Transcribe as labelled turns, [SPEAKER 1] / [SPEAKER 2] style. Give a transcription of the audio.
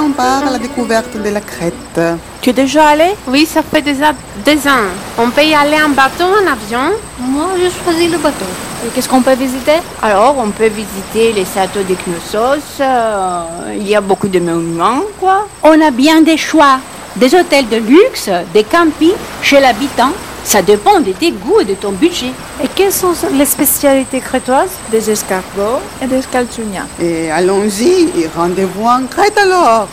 [SPEAKER 1] on part à la découverte de la Crète.
[SPEAKER 2] Tu es déjà allé
[SPEAKER 3] Oui, ça fait déjà deux ans. On peut y aller en bateau, en avion.
[SPEAKER 4] Moi, je choisis le bateau.
[SPEAKER 5] Et qu'est-ce qu'on peut visiter
[SPEAKER 6] Alors, on peut visiter les châteaux de Knossos. euh, il y a beaucoup de monuments, quoi.
[SPEAKER 7] On a bien des choix. Des hôtels de luxe, des campings, chez l'habitant. Ça dépend de tes goûts et de ton budget.
[SPEAKER 2] Et quelles sont les spécialités crétoises Des escargots et des calzunias.
[SPEAKER 1] Et allons-y, et rendez-vous en Crète alors.